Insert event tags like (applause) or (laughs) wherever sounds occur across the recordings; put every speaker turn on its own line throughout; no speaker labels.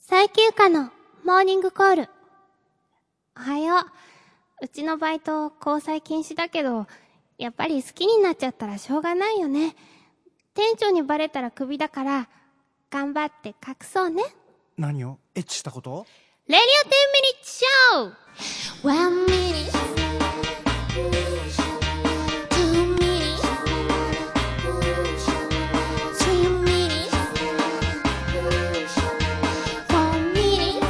最休暇のモーニングコール。おはよう。うちのバイト、交際禁止だけど、やっぱり好きになっちゃったらしょうがないよね。店長にバレたらクビだから、頑張って隠そうね。
何をエッチしたこと
レディオ10ミニッツ
One minute, two minutes, three minutes, four minutes,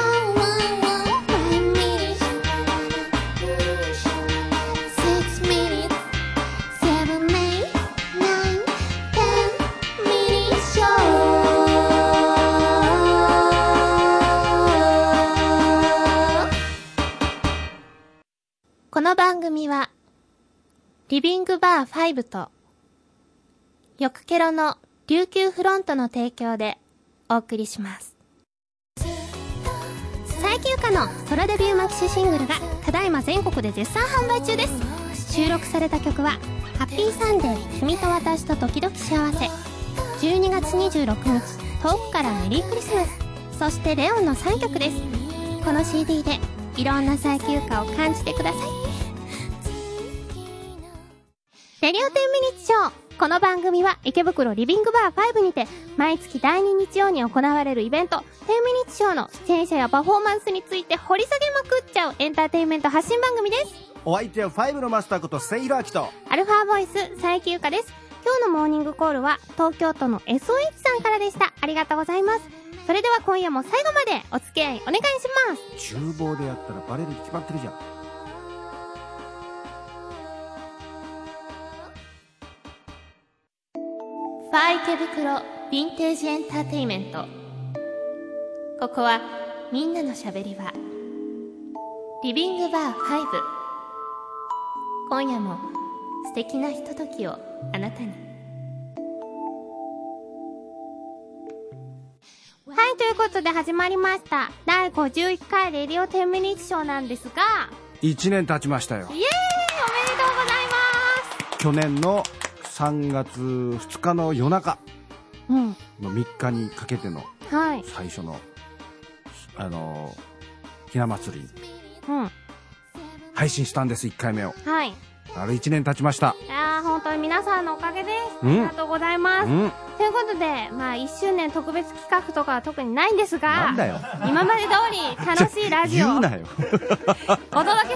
one, one, one, five minutes, six minutes, seven, eight, nine, ten minutes show.
この番組は、リビングバー5と、よくケロの琉球フロントの提供でお送りします。最休暇のソラデビューマキシシングルがただいま全国で絶賛販売中です収録された曲は「ハッピーサンデー君と私と時々幸せ」12月26日遠くからメリークリスマスそしてレオンの3曲ですこの CD でいろんな最休暇を感じてくださいレディオ10ミニッツショーこの番組は池袋リビングバー5にて毎月第2日曜に行われるイベント10ミニッツショーの出演者やパフォーマンスについて掘り下げまくっちゃうエンターテインメント発信番組です
お相手はファイブのマスターことセイラーキと
アルファボイス最休暇です今日のモーニングコールは東京都の SOH さんからでしたありがとうございますそれでは今夜も最後までお付き合いお願いします
厨房でやったらバレるに決まってるじゃん
ファー池袋ヴィンテージエンターテイメントここはみんなのしゃべり場リビングバー5今夜も素敵なひとときをあなたにはいということで始まりました第51回レディオ10ミニッツショーなんですが
1年経ちましたよ
イエーイおめでとうございます
去年の3月2日の夜中
うん
の3日にかけての
はい
最初のあのひな祭り
うん
配信したんです1回目を
はい
あれ1年経ちました
いやー本当に皆さんのおかげです、
うん
ありがとうございます、
うん
ということで、まあ、1周年特別企画とかは特にないんですが
なんだよ
今まで通り楽しいラジオを
言
お
うなよ
届け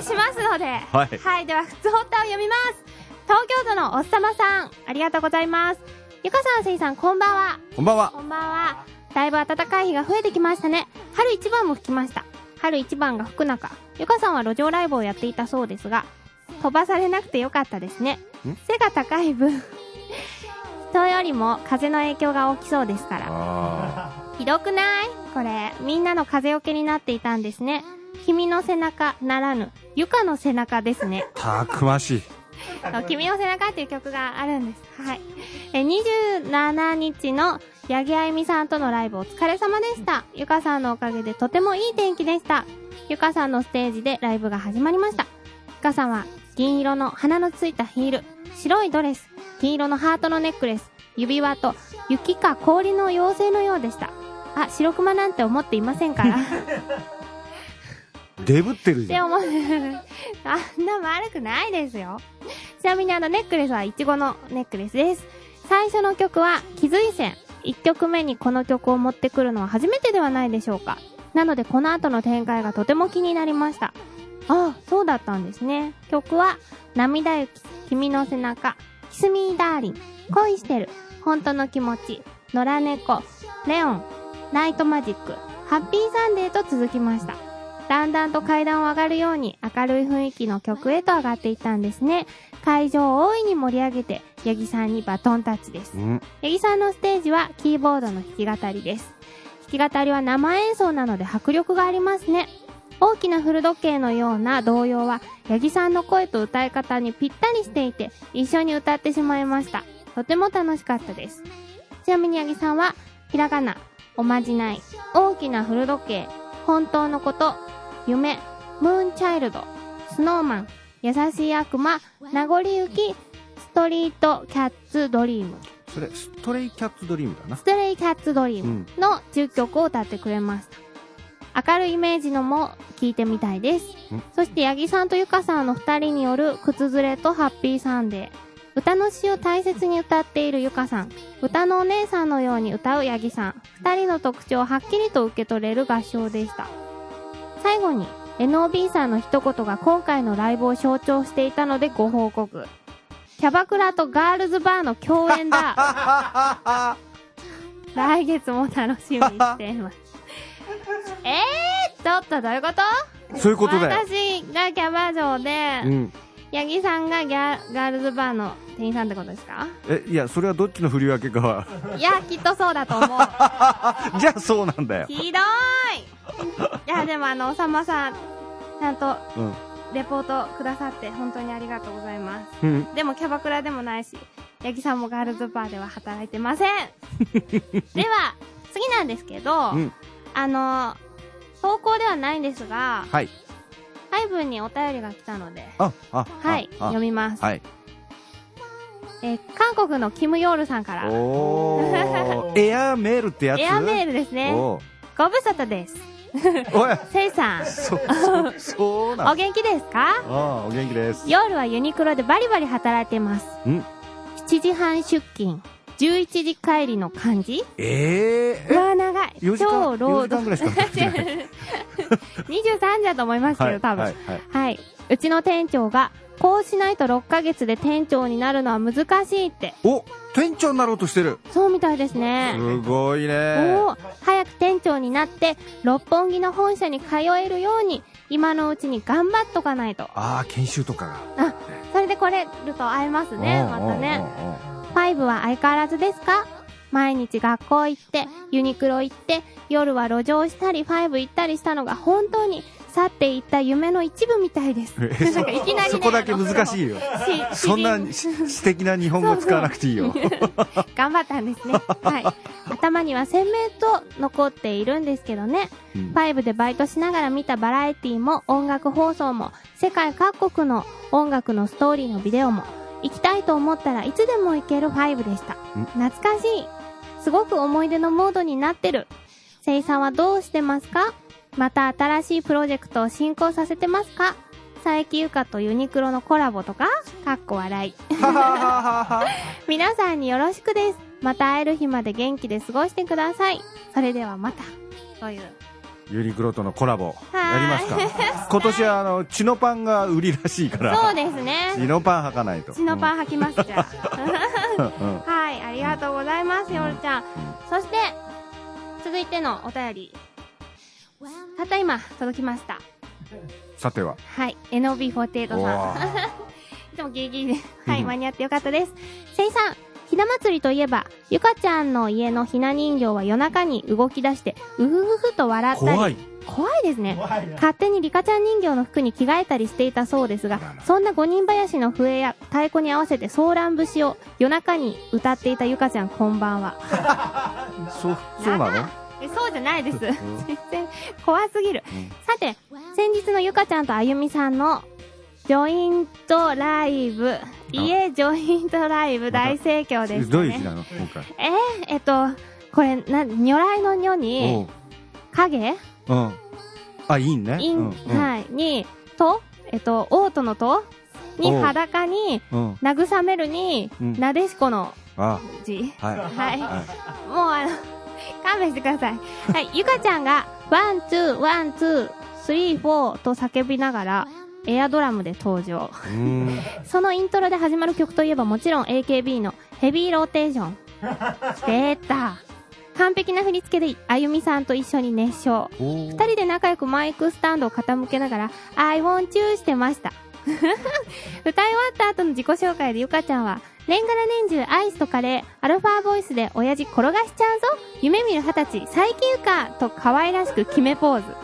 しますので、はいでは普通ホッタを読みます東京都のおっさまさんありがとうございますゆかさんせいさんこんばんは
こんばんは
こんばんはだいぶ暖かい日が増えてきましたね春一番も吹きました春一番が吹く中ゆかさんは路上ライブをやっていたそうですが飛ばされなくてよかったですね
ん
背が高い分人よりも風の影響が大きそうですから
あ
ひどくないこれ、みんなの風よけになっていたんですね。君の背中ならぬ、ゆかの背中ですね。
ーたくましい
君の背中っていう曲があるんです。はい。え、27日の八木あゆみさんとのライブお疲れ様でした。ゆかさんのおかげでとてもいい天気でした。ゆかさんのステージでライブが始まりました。ゆかさんは銀色の花のついたヒール、白いドレス、銀色のハートのネックレス、指輪と雪か氷の妖精のようでした。あ、白熊なんて思っていませんから。
デブってる
っ
じ
て
ゃん
思う。あんな悪くないですよ。 (laughs) ちなみにあのネックレスはイチゴのネックレスです。最初の曲は、気づい線。1曲目にこの曲を持ってくるのは初めてではないでしょうか。なのでこの後の展開がとても気になりました。ああ、そうだったんですね。曲は、涙雪、君の背中、キスミーダーリン、恋してる、本当の気持ち、野良猫、レオン、ナイトマジック、ハッピーサンデーと続きました。だんだんと階段を上がるように明るい雰囲気の曲へと上がっていったんですね。会場を大いに盛り上げて、八木さんにバトンタッチです。
うん
八木さんのステージはキーボードの弾き語りです。弾き語りは生演奏なので迫力がありますね。大きな古時計のような動揺は、八木さんの声と歌い方にぴったりしていて、一緒に歌ってしまいました。とても楽しかったです。ちなみに八木さんは、ひらがな、おまじない、大きな古時計、本当のこと、夢、ムーンチャイルド、スノーマン、優しい悪魔、名残雪、ストリートキャッツドリーム。
それ、ストレイキャッツドリームだな
ス。トレイキャッツドリー
う
ム
ん。
の10曲を歌ってくれました。明るいイメージのも聞いてみたいです
うん。
そして、八木さんとゆかさんの二人による、靴ずれとハッピーサンデー。歌の詩を大切に歌っているゆかさん。歌のお姉さんのように歌う八木さん。二人の特徴をはっきりと受け取れる合唱でした。最後に、NOB さんの一言が今回のライブを象徴していたのでご報告。キャバクラとガールズバーの共演だ。来月も楽しみに
(laughs)
しています。えー、ちょっとどういうこと
そういうことだよ。
私がキャバ嬢
う
で、
ん。
八木さんがギャガールズバーの店員さんってことですか
え、いや、それはどっちの振り分け
(laughs)
かは。
いや、きっとそうだと
(laughs)
思う。
じゃあそうなんだよ。
ひどーいいや、でもあの、おさまさん、ちゃんと
うん。
レポートくださって本当にありがとうございます。
うん。
でもキャバクラでもないし、八木さんもガールズバーでは働いてません。
(laughs)
では、次なんですけど、
うん。
あの、投稿ではないんですが、
はい。
ハイブンにお便りが来たので、
あ、あ、
はい、
あ
読みます。
はい。
えー韓国のキムヨールさんから、 (laughs)
おー。エアメールってやつ
エアメー
ル
ルですね。
おー
ご無沙汰です。
おい、
せいさん、
そ、そ、そうなの
お元気ですか
あーお元気です。
夜はユニクロでバリバリ働いてます。
うん。
7時半出勤、11時帰りの感じ
え
う
ー、
わ、長い。
4時
超
間、
労
4時間
働。
ぐらいしか経っ
(laughs)
てない。
23時だと思いますけど、多分。
はい、はい。
はい。うちの店長が、こうしないと6ヶ月で店長になるのは難しいって。
お店長になろうとしてる
そうみたいですね。
すごいね
おお、早く店長になって、六本木の本社に通えるように、今のうちに頑張っとかないと。
ああ研修とか
それで来れると会えます
が
ね、またね。ファイブは相変わらずですか毎日学校行って、ユニクロ行って、夜は路上したり、ファイブ行ったりしたのが本当に去っていった夢の一部みたいです。
(laughs) え
なんかいきなりね
そこだけ難しいよ
し
そんな
し
し詩的な日本語使わなくていいよ
頑張ったんですね。はい。頭には鮮明と残っているんですけどね。
うん
(laughs) ファイブでバイトしながら見たバラエティも音楽放送も世界各国の音楽のストーリーのビデオも行きたいと思ったらいつでも行けるファイブでした
ん。
懐かしい。すごく思い出のモードになってる。せいさんはどうしてますかまた新しいプロジェクトを進行させてますか佐伯ゆかとユニクロのコラボとかかっこ笑い。
はははは
皆さんによろしくです。また会える日まで元気で過ごしてください。それではま (laughs) た。という。
ユニクロとのコラボ
ー
やります
(laughs)
か今年はあのチノパンが売りらしいから
そうです (laughs) ね。
チノパン履かないと
血のパン履きますじゃあ
うんうんうん
はいありがとうございますよるちゃん
う
そして続いてのお便りたった今届きました
さては
はい NOB48
お
さん
ー
いつもギリギリでは
う
い
ん
間に合ってよかったですせいさんひな祭りといえばゆかちゃんの家のひな人形は夜中に動き出してうふふふと笑ったり
怖い
怖いですね勝手にリカちゃん人形の服に着替えたりしていたそうですが
あらら
そんな五人林の笛や太鼓に合わせてソーラン節を夜中に歌っていたゆかちゃんこんばんは
そうそうなの
えそうじゃないです全然怖すぎる
うん
さて先日のゆかちゃんとあゆみさんのジョイントライブ家ジョイントライブ大盛況でした
どういう字
ね
なの今回
えっとこれな如来の如
お
に
う
影
うんあいいね
イン、
うんうん
はい、に、と、えっと、オートのと、に、
おう
裸に、
うん
慰めるに、
うん
なでしこの
あ
字。
はい
はい。もう
は
あの、勘弁してください。はい、ゆかちゃんが、ワン、ツー、ワン、ツー、スリー、フォーと叫びながら、エアドラムで登場。
い、うーん
そのイントロで始まる曲といえばもちろん AKB のヘビーローテーション。出た。完璧な振り付けで、あゆみさんと一緒に熱唱。
おー
二人で仲良くマイクスタンドを傾けながら、I want you してました。 (laughs) 歌い終わった後の自己紹介でゆかちゃんは、年がら年中アイスとカレー、アルファボイスで親父転がしちゃうぞ夢見る二十歳、最近ゆかと可愛らしく決めポーズ。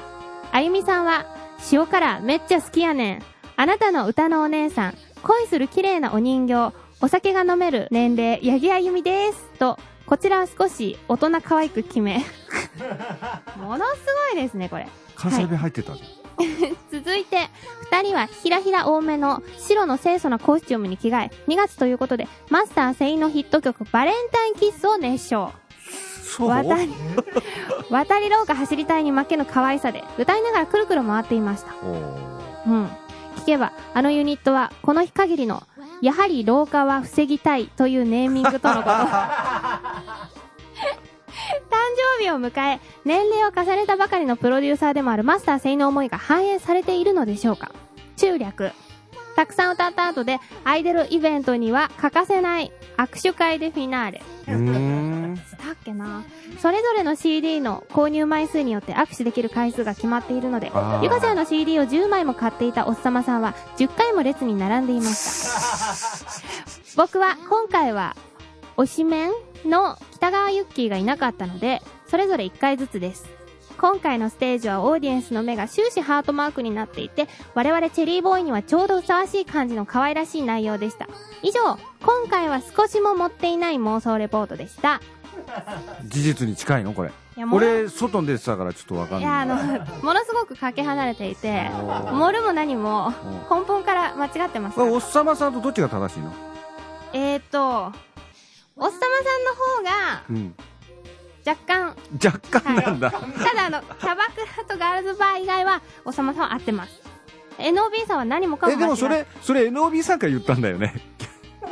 あゆみさんは、塩辛めっちゃ好きやねん。あなたの歌のお姉さん、恋する綺麗なお人形、お酒が飲める年齢、八木あゆみです。と、こちらは少し大人可愛く決め。ものすごいですね、これ。
関西弁入ってたね、
続続いて、二人はひらひら多めの白の清楚なコスチュームに着替え、2月ということで、マスターセイのヒット曲、バレンタインキッスを熱唱。
そう
渡り、渡り廊下走りたいに負けぬ可愛さで、歌いながらくるくる回っていました。
おー
うん。聞けば、あのユニットは、この日限りの、やはり廊下は防ぎたいというネーミングとのこと。 (laughs) 誕生日を迎え、年齢を重ねたばかりのプロデューサーでもあるマスター性の思いが反映されているのでしょうか。中略。たくさん歌った後で、アイドルイベントには欠かせない握手会でフィナーレ。
うーん。
したっけなそれぞれの CD の購入枚数によって握手できる回数が決まっているので
あー
ゆかちゃんの CD を10枚も買っていたおっさまさんは10回も列に並んでいました
(laughs)
僕は今回は推しメンの北川ゆっきーがいなかったのでそれぞれ1回ずつです今回のステージはオーディエンスの目が終始ハートマークになっていて我々チェリーボーイにはちょうどふさわしい感じの可愛らしい内容でした以上今回は少しも持っていない妄想レポートでした
事実に近いのこれ。
いやもの
俺、外に出てたからちょっとわかん
い
ない。
やあのものすごくかけ離れていて
おー
モルも何も
うん
根本から間違ってます
これおっさまさんとどっちが正しいの
えーとおっさまさんの方が
うん。
若干
若干なんだ。
ただあのキャバクラとガールズバー以外はおっさまさんは合ってます NOB さんは何もかも
え、でもそ
間違っ
れ、それ NOB さんから言ったんだよね。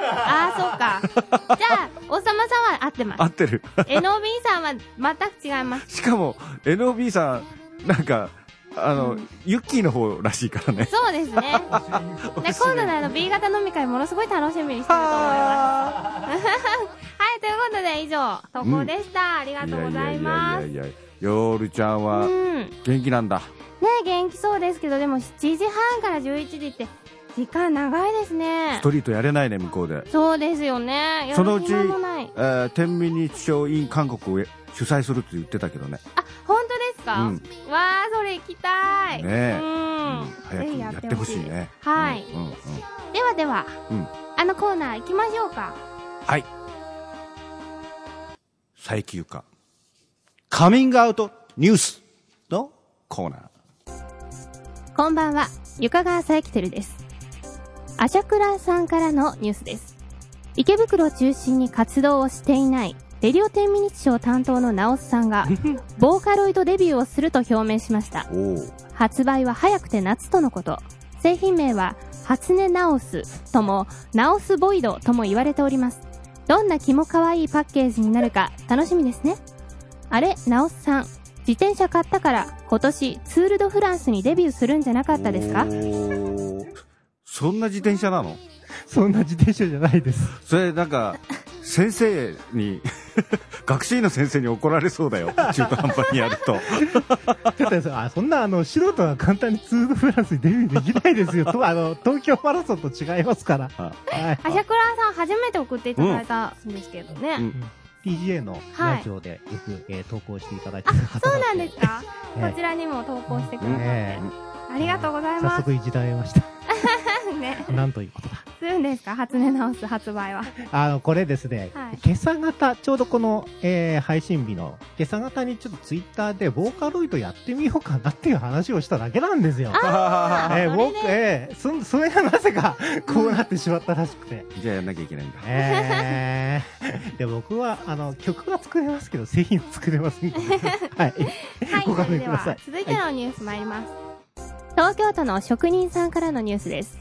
ああそうかじゃあおっさまさんは合ってま
合
す
ってる。
NOB さんは全く違います
(laughs) しかも、NOB さん、なんか、あの、ユッキーの方らしいからね。
そうですねね今度のあの B 型飲み会ものすごい楽しみにしてると思います
あ
はい、ということで以上、投稿でした。ありが
ー
とうございます。
いやいやいやいや、ヨールちゃんは
うん。ね
元気なんだ。
元気そうですけど、でも7時半から11時って、時間長いですね
ス。トリートやれないね、向こうで。
そうですよね。やる
そのうち、え
暇もない
ー、天秤日賞 in 韓国を主催するって言ってたけどね。
あ、本当ですか、
うん
わー、それ行きたい。
ねえ
うん。
早くやってほしいね。
はい
うんうんうん
ではでは、
うん
あのコーナー行きましょうか。
はい。最休暇。カミングアウトニュースのコーナー。
こんばんは、床川さえきてるです。アシャクラさんからのニュースです。池袋を中心に活動をしていない、レディオ10ミニッチショー担当の直スさんが、ボーカロイドデビューをすると表明しました。
おお。
発売は早くて夏とのこと。製品名は、初音ナオスとも、ナオスボイドとも言われております。どんな気も可愛いパッケージになるか、楽しみですね。あれ、ナオスさん、自転車買ったから、今年、ツール・ド・フランスにデビューするんじゃなかったですか
おーそんな自転車なの
そんな自転車じゃないです。
それな
(laughs)
んか、先生に、 (laughs) 学習院の先生に怒られそうだよ。中途半端にやる
(laughs)
と。
たださ、あそんなあの素人が簡単にツール・ドフランスにデビューできないですよ。
(laughs)
とあの東京マラソンと違いますから。
あ (laughs)
はい
あ、シャクラさん初めて送っていただいたんですけどね。
うん
PGA のラジオでよく、えー投稿していただいてる方
そうなんですか、
ええ
こちらにも投稿してくださって、
ね
ありがとうござい
早
ます。
速いじられま
(laughs)
した。
ね、
なんということだ。
するんですか初音直す発売は。
あの、これですね、
はい
今朝方、ちょうどこの、えー配信日の今朝方にちょっとツイッターでボーカロイドやってみようかなっていう話をしただけなんですよ。
あ
えー、
それ
僕
で、
えーそ、 (laughs) それがなぜかこうなってしまったらしくて。
ーじゃあやんなきゃいけないんだ。
え
(laughs)
ー、で僕はあの曲は作れますけど製品は作れません
(laughs)
のではい、 (laughs)
はい、
ご
そ
勘
れ
弁
で
くださ、
はい続いてのニュース参ります。東京都の職人さんからのニュースです。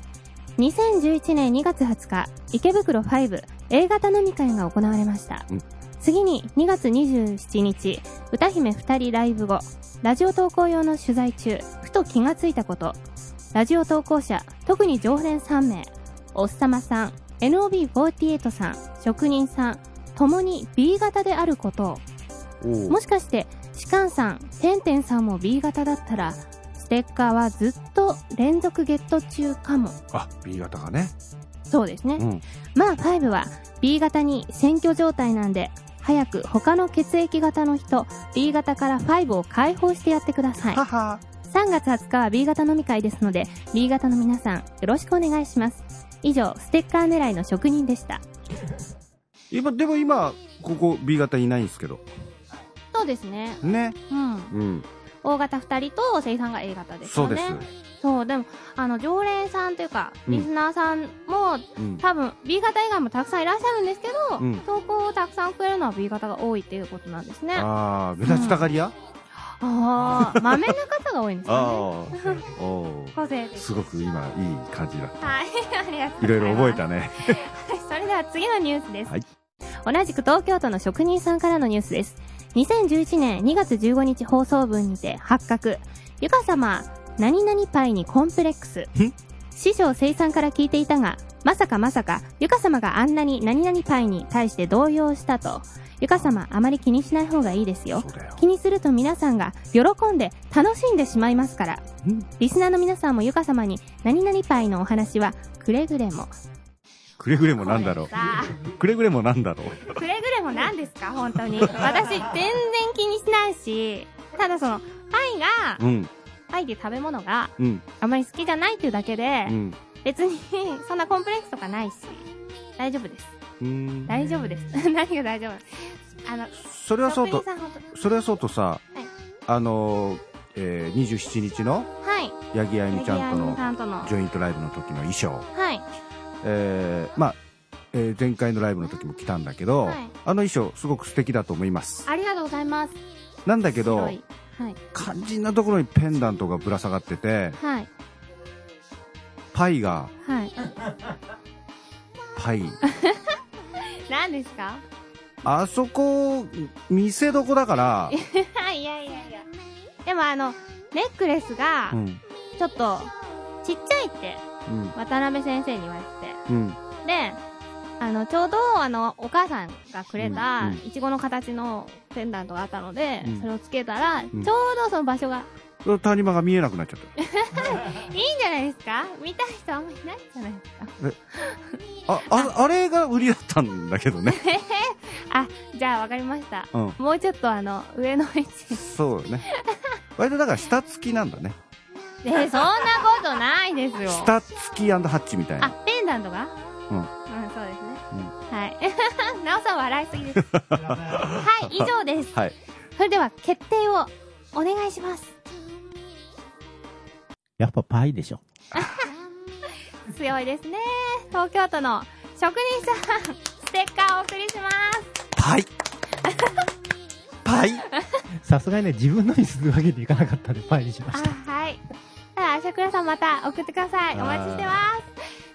2011年2月20日、池袋5 A 型飲み会が行われました。
うん
次に2月27日、歌姫2人ライブ後、ラジオ投稿用の取材中、ふと気がついたこと。ラジオ投稿者、特に常連3名、おっさまさん、NOB48 さん、職人さん、ともに B 型であることを、
おー
もしかして、シカンさん、テンテンさんも B 型だったら、ステッカーはずっと連続ゲット中かも。
あ、B 型がね。
そうですね。
うん。
まあ5は B 型に選挙状態なんで、早く他の血液型の人、B 型から5を解放してやってください。
はは。
3月20日は B 型飲み会ですので、B 型の皆さん、よろしくお願いします。以上、ステッカー狙いの職人でした。
今、でも今、ここ B 型いないんですけど。
そうですね。
ね。
うん。
うん。
大型2人と、生産が A 型です
そ
よ
う
ね。
です。
そそう、でも、あの、常連さんというか、
うん
リスナーさんも、
うん
多分、B 型以外もたくさんいらっしゃるんですけど、
うん
投稿をたくさんくれるのは B 型が多いっていうことなんですね。あ
ああ目立ちたがり屋、
あー、まめな方が多いんです
(laughs) ああ
よね。 (laughs)
おお
個性的。
すごく今いい感じだった
はい、 (laughs) ありがとうございます。
いろいろ覚えたね
それでは次のニュースです。
はい
同じく東京都の職人さんからのニュースです。2011年2月15日放送分にて発覚。ゆか様、何々パイにコンプレックス。師匠生産から聞いていたが、まさかまさか、ゆか様があんなに何々パイに対して動揺したと。ゆか様、あまり気にしない方がいいですよ
そ。うだよ
気にすると皆さんが喜んで楽しんでしまいますから
うん。
リスナーの皆さんもゆか様に何々パイのお話はくれぐれも。
くれぐれもなんだろ
これさ
うくれぐれもなんだろう
くれぐれもなんですか本当に。私、全然気にしないし、ただその、パイが、
うん
パイっていう食べ物が
うん
あまり好きじゃないっていうだけで
う、ん
別に、そんなコンプレックスとかないし、大丈夫です。
うん
大丈夫です。何が大丈夫あの、
それはそう
職人
と
さん本当
それはそうとさ、
い
あのーえー、27日の
はい。
八木あゆみちゃんと
八木
の
さんとの。
ジョイントライブの時の衣装、
はい。
えーまあえー前回のライブの時も来たんだけど、
はい
あの衣装すごく素敵だと思います
ありがとうございます。
なんだけど
白いはい。
肝心なところにペンダントがぶら下がってて
はい。
パイが
はい。
パイ
何ですか (laughs)
あそこ店どこだから、
いやいやいや。でもあの、ネックレスが
う、ん
ちょっと、ちっちゃいって、
うん
渡辺先生に言われてて。
うん、
で、あの、ちょうど、あの、お母さんがくれ
うん
た
う、
いちごの形のペンダントがあったので、
うん
それをつけたら、ちょ
ん
うどその場所が、
谷間が見えなくなっちゃった
いいんじゃないですか見たい人あんまりいないんじゃないですか。
あああれが売りだったんだけどね、
あ、じゃあわかりました。
うん、
もうちょっとあの、上の位置。
そうよね割とだから下付きなんだね (laughs)
え、そんなことないですよ。
下付きハッチみたい
あ
な、
ペンダントが
うん
うん、そうですね。
うん
はい。 (laughs) なおさん笑いすぎです。はい、以上です。
はい
それでは、決定を、お願いします。
やっぱパイでしょ。
強いですね東京都の職人さんステッカーをお送りします
パイパイ
さすがにね、自分のにするわけにいかなかったんで、パイにしま
あ (laughs)
した。
はいさあ朝倉さんまた送ってくださいお待ちしてます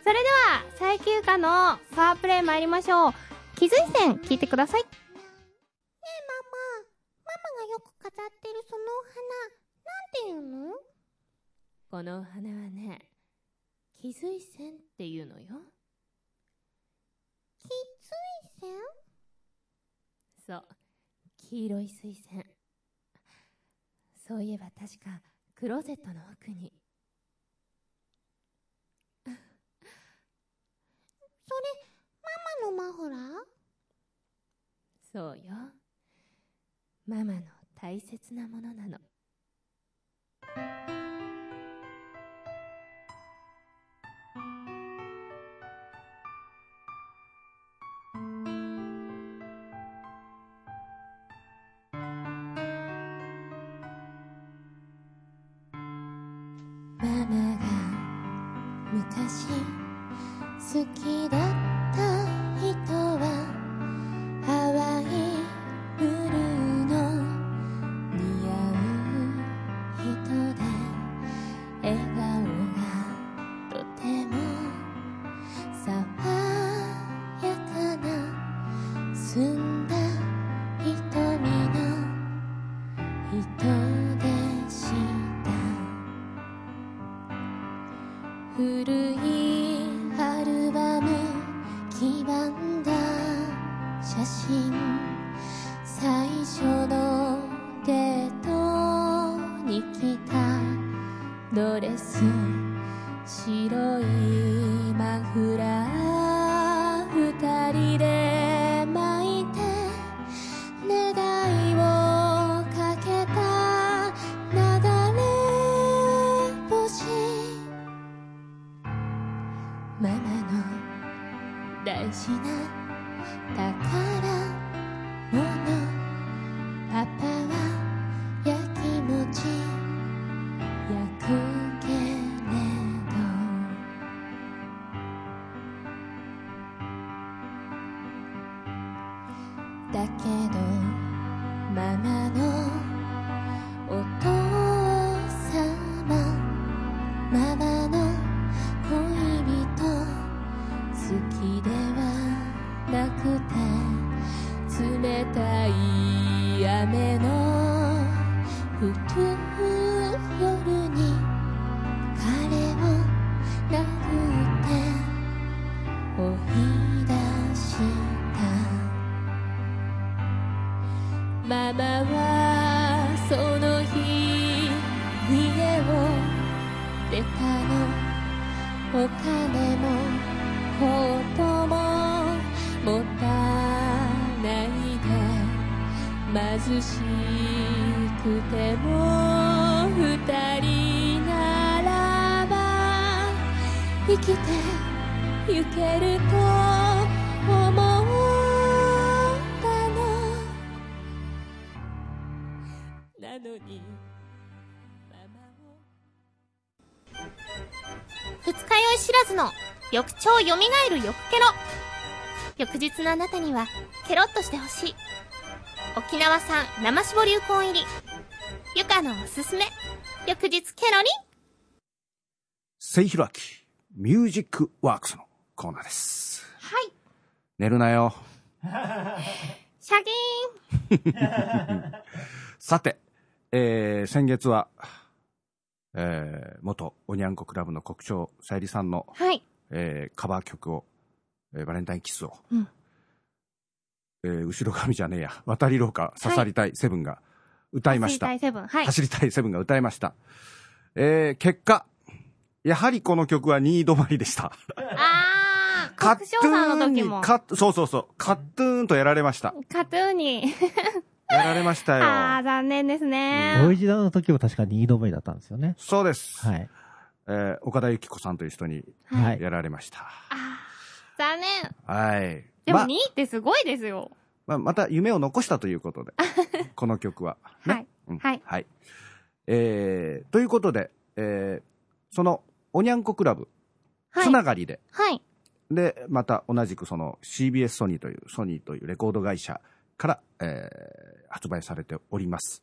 それでは最休暇のパワープレイ参りましょう気づい線聞いてください
ママがよく飾ってるそのお花、なんていうの
このお花はね、気髄線っていうのよ。
気づい線
そう、黄色い水線。そういえば確か、クローゼットの奥
(laughs)
に。
それ、ママのマフラー
そうよ。ママの大切なものなの。
ママが昔好きだった人はハワイブルーの似合う人で笑顔がとても爽やかな澄んだ瞳の人でした古いアルバム黄ばんだ写真最初のデートに着たドレス白いマフラー二人で巻いて願いをかけた流れ星ママの大事な宝物パパはやきもち焼くけどれの吹く夜に彼を殴って追い出したママはその日家を出たのお金も子供ももったいないで貧しくても二人ならば生きてゆけると思ったのなのにママを
二日酔い知らずの翌朝蘇る翌ケロ翌日のあなたにはケロッとしてほしい沖縄産生絞流行入りゆかのおすすめ翌日ケロリ
せいひらき、ミュージックワークスのコーナーです。
はい。
寝るなよ。
シャキーン
さて、えー、先月は、えー、元おにゃんこクラブの国長さゆりさんの、
はい。
えー、カバー曲を、えーバレンタインキスを、
うん
えー後ろ髪じゃねえや、渡り廊下刺さりたいセブンが歌いました。
水体セブン。はい。
走りたいセブンが歌いました。えー、結果、やはりこの曲は2位止まりでした。
あー、国章さんの時も。
カットゥーンにカッそうそうそう、カットゥーンとやられました。
カトゥーンに。
やられまし
あー、
たよ。
残念です
ノ
ね。
イジーダウンの時も確かに2度目だったんですよね。
そうです。
はい。
えー岡田由紀子さんという人に
はい。
やられました。
あー、残念。
はい。
でも
まあ
2位ってすごいですよ。
まあ、また夢を残したというこ
(laughs)
とで、この曲は。ね
はい
うん
はい
はい。えーということで、えーその、おにゃんこクラブ、
はい
つながりで、
はい。
で、また同じくその CBS ソニーという、ソニーというレコード会社から、えー発売されております。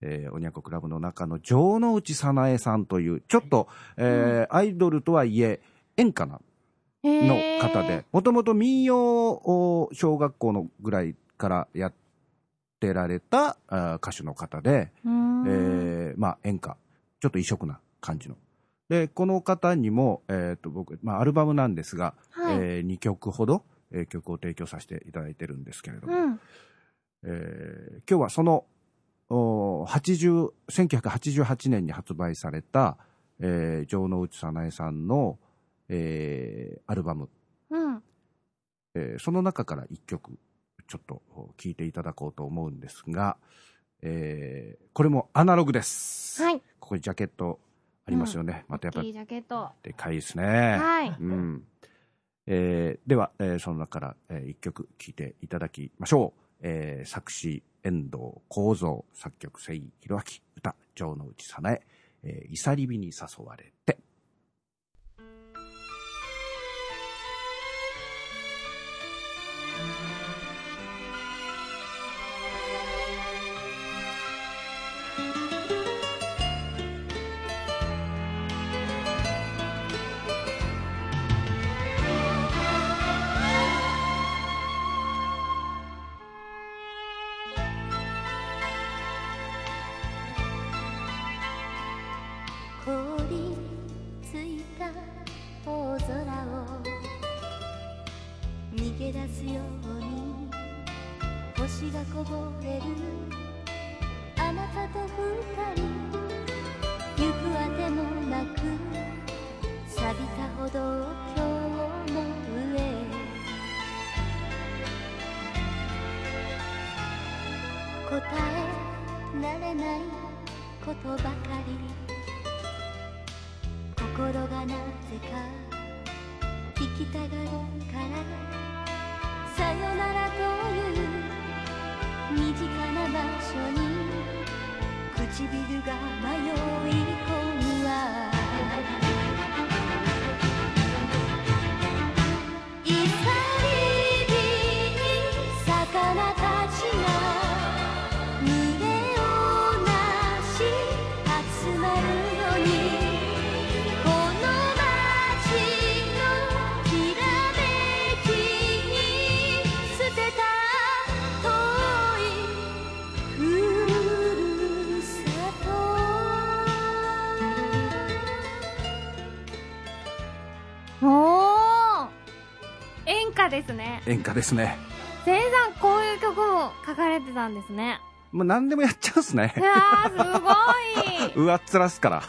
えーおにゃんこクラブの中の城之内早苗さんという、ちょっと、えーアイドルとはいえ、演歌なの
へー
方で。、もともと民謡を小学校のぐらいからやってられたあー歌手の方で、
うーん
えーまあ演歌、ちょっと異色な感じの。で、この方にも、えっ、と、僕、まあアルバムなんですが、
はい
え2曲ほど、えー曲を提供させていただいてるんですけれども、
うん。
えー今日はその、おー80 1988年に発売された、えー、城之内早苗さんの、えーアルバム、
うん。
えーその中から1曲ちょっと聴いていただこうと思うんですが、えーこれもアナログです、
はい。
ここにジャケットありますよね、またやっぱ
いい
り
ジャケット。
でかいですね、
はい。
うんえーでは、えーその中から、え1曲聴いていただきましょう、えー作詞遠藤幸三作曲誠井宏明歌城之内早苗えー「いさりびに誘われて」
凍りついた大空を逃げ出すように星がこぼれるあなたと二人行くあてもなく錆びた歩道橋の上答えられないことばかり心がなぜか聞きたがるからさよならという身近な場所に唇が迷い込むわいさりびに魚たちが群れをなし集まるようにこの街のきらめきに捨てた遠い空
ですね
演歌ですね。
せいさんこういう曲も書かれてたんです
(laughs)
ね
もう何でもやっちゃうん
(laughs)
すね
う。わーすごい
上っ面っすから。
(laughs)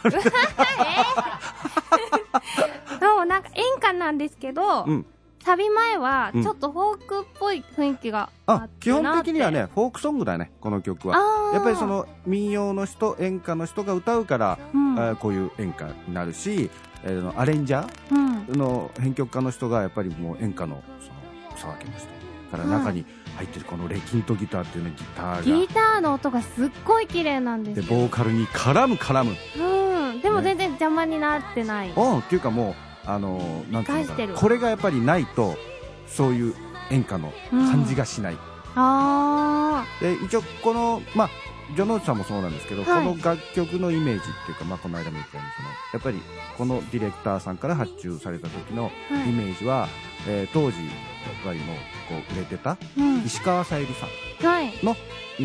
そうなんか演歌なんですけど、
うん。
サビ前は
うん
ちょっとフォークっぽい雰囲気があ
あ
っ、て
基
な
本的にはね、フォークソングだね、この曲は。やっぱりそ、
あ
の民謡の人、演歌の人が歌うから、
ーうん
あーこういう演歌になるし、えーのアレンジャー
うん、
の編曲家の人がやっぱりもう演歌のその草分けの人から中に入ってるこのレキントギターっていうねギター
ギ
が
ターの音がすっごい綺麗なんで
です
よ
ボーカルに絡む絡む
うんでも全然邪魔になってない、
うんっていうかもうあのーなんていう
生か
の
し
か
て
な
る
これがやっぱりないとそういう演歌の感じ
が
がしない、
あ
で一応このまあジョノーチさんもそうなんですけど、
はい
この楽曲のイメージっていうか、まあ、この間も言ったようにそのやっぱりこのディレクターさんから発注された時の
あ、は
イ
い
メージは、えー当時やっぱりもうこう売れてた
うん、
石川さゆりさん
はいへ
イ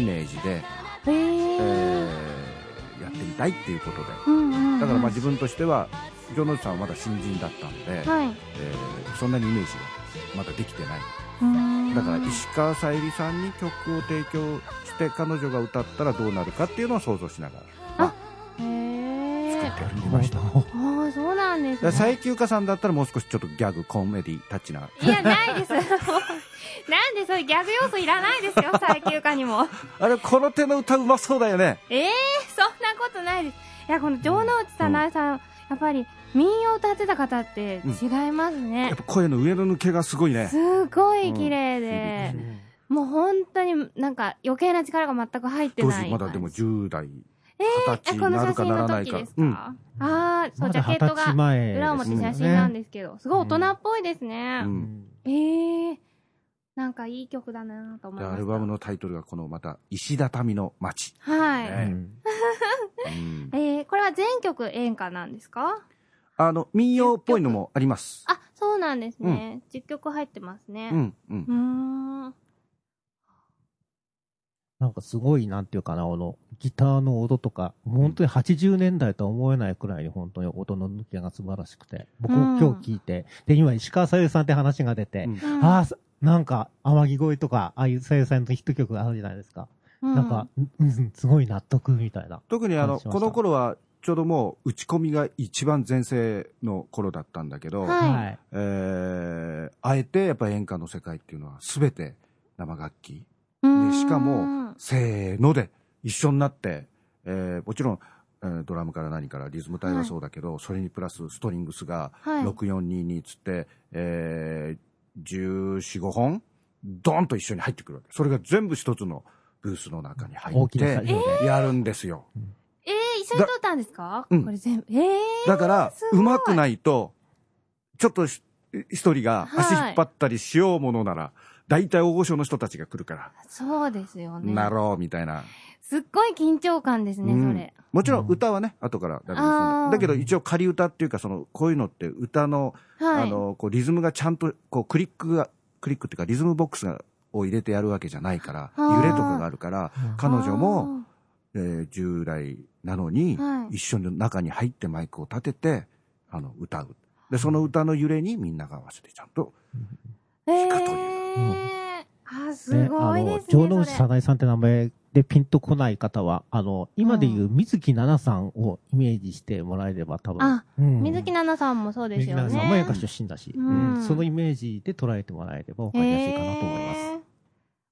メージで、
え
え
ー
ーやってみたいっていうことで
うんうんうん、
だからまあ自分としては城之内さんはまだ新人だったんで、
はい
えーそんなにイメージがまだできてないう
ーん
だから石川さゆりさんに曲を提供して彼女が歌ったらどうなるかっていうのを想像しなが
へ
ら
え
作っ
あ
てやりましただか
あそうなんです
ら
ね
最休家さんだったらもう少しちょっとギャグコメディタッチない
やないです (laughs) なんでそういうギャグ要素いらないですよ最休暇にも
あれこの手の歌うまそうだよね
ええそんなことないです。いや、この城之内さなえさん、やっぱり民謡を歌ってた方って違います
や
ね
っ。ぱ声の上の抜けがすごいね
すごい綺麗で
う、
もう本当になんか余計な力が全く入って
当
ない。
時まだでも10代
え
二
え
十歳
こ
に
の
なる
写
か
真
な
の
らない
時
か
ですか、ああ、そう、ジャケットが
前
裏表写真なん
で
ですけど、すごい大人っぽいですね。
う
すね
ん
ええなんかいい曲だなと思い
で
ました。
アルバムのタイトルがこのまた石畳の街、
はい。
ね
うん
うん
えー、これは全曲演歌なんですか
あの民謡っぽいのもあります
あ、そうなんですね。10曲入ってます
う
ね。
んうん
うーん。ん
なんかすごい、なんていうかな、あの、ギターの音とか、本当に80年代とは思えないくらいに本当に音の抜けが素晴らしくて、僕も今日聞いて、で、今石川さゆりさんって話が出て、
うん
ああ、なんか、天城越えとか、ああいうさゆりさんのヒット曲があるじゃないですか。なんか、、うん、うんすごい納得みたいな。
特にあの
感じしま
こ
した
の頃はちょうどもう打ち込みが一番全盛の頃だったんだけど、
はい
い。
えーあえてやっぱり演歌の世界っていうのは全て生楽器
うん
でしかも、せーので一緒になって、えーもちろん、えードラムから何からリズム体はそうだけど、それにプラスストリングスが
はい、
6422つって、えー、1415本ドンと一緒に入ってくるわけそれが全部一つのブースの中に入っ
大きな
て
作業で。
やるんですよ、
えー、一緒に撮ったんですか
うん
これ全部。えー、
だから
す、ごいう
まくないと、ちょっとし一人が
はい
足引っ張ったりしようものなら、大体大御所の人たちが来るから、
そうですよね。
なろう、みたいな。
すっごい緊張感ですね、
うん
それ。
もちろん
うん
歌はね、後からだ
あー
だけど一応仮歌っていうか、その、こういうのって歌の、
はい。
あの、こうリズムがちゃんと、こうクリックが、クリックっていうかリズムボックスが、を入れてやるわけじゃないから、
あー
揺れとかがあるから、
う
彼女も、えー10代なのに
あ、ー、はい。
一緒の中に入ってマイクを立ててあの歌うでその歌の揺れにみんなが合わせてちゃんと
え
かという
ー、あ、す
ん
ごい
ね
で
あ
すね。
の、城之内
そ
さ
れ
なえさんって名前でピンとこない方は、あの、今でいう水木奈々さんをイメージしてもらえれば多分。
あ、
うん
水木奈々さんもそうです
水木
よね。
奈々さんも演歌出身だし、
うん
うんそのイメージで捉えてもらえれば分かりやすいかなと思います。
えー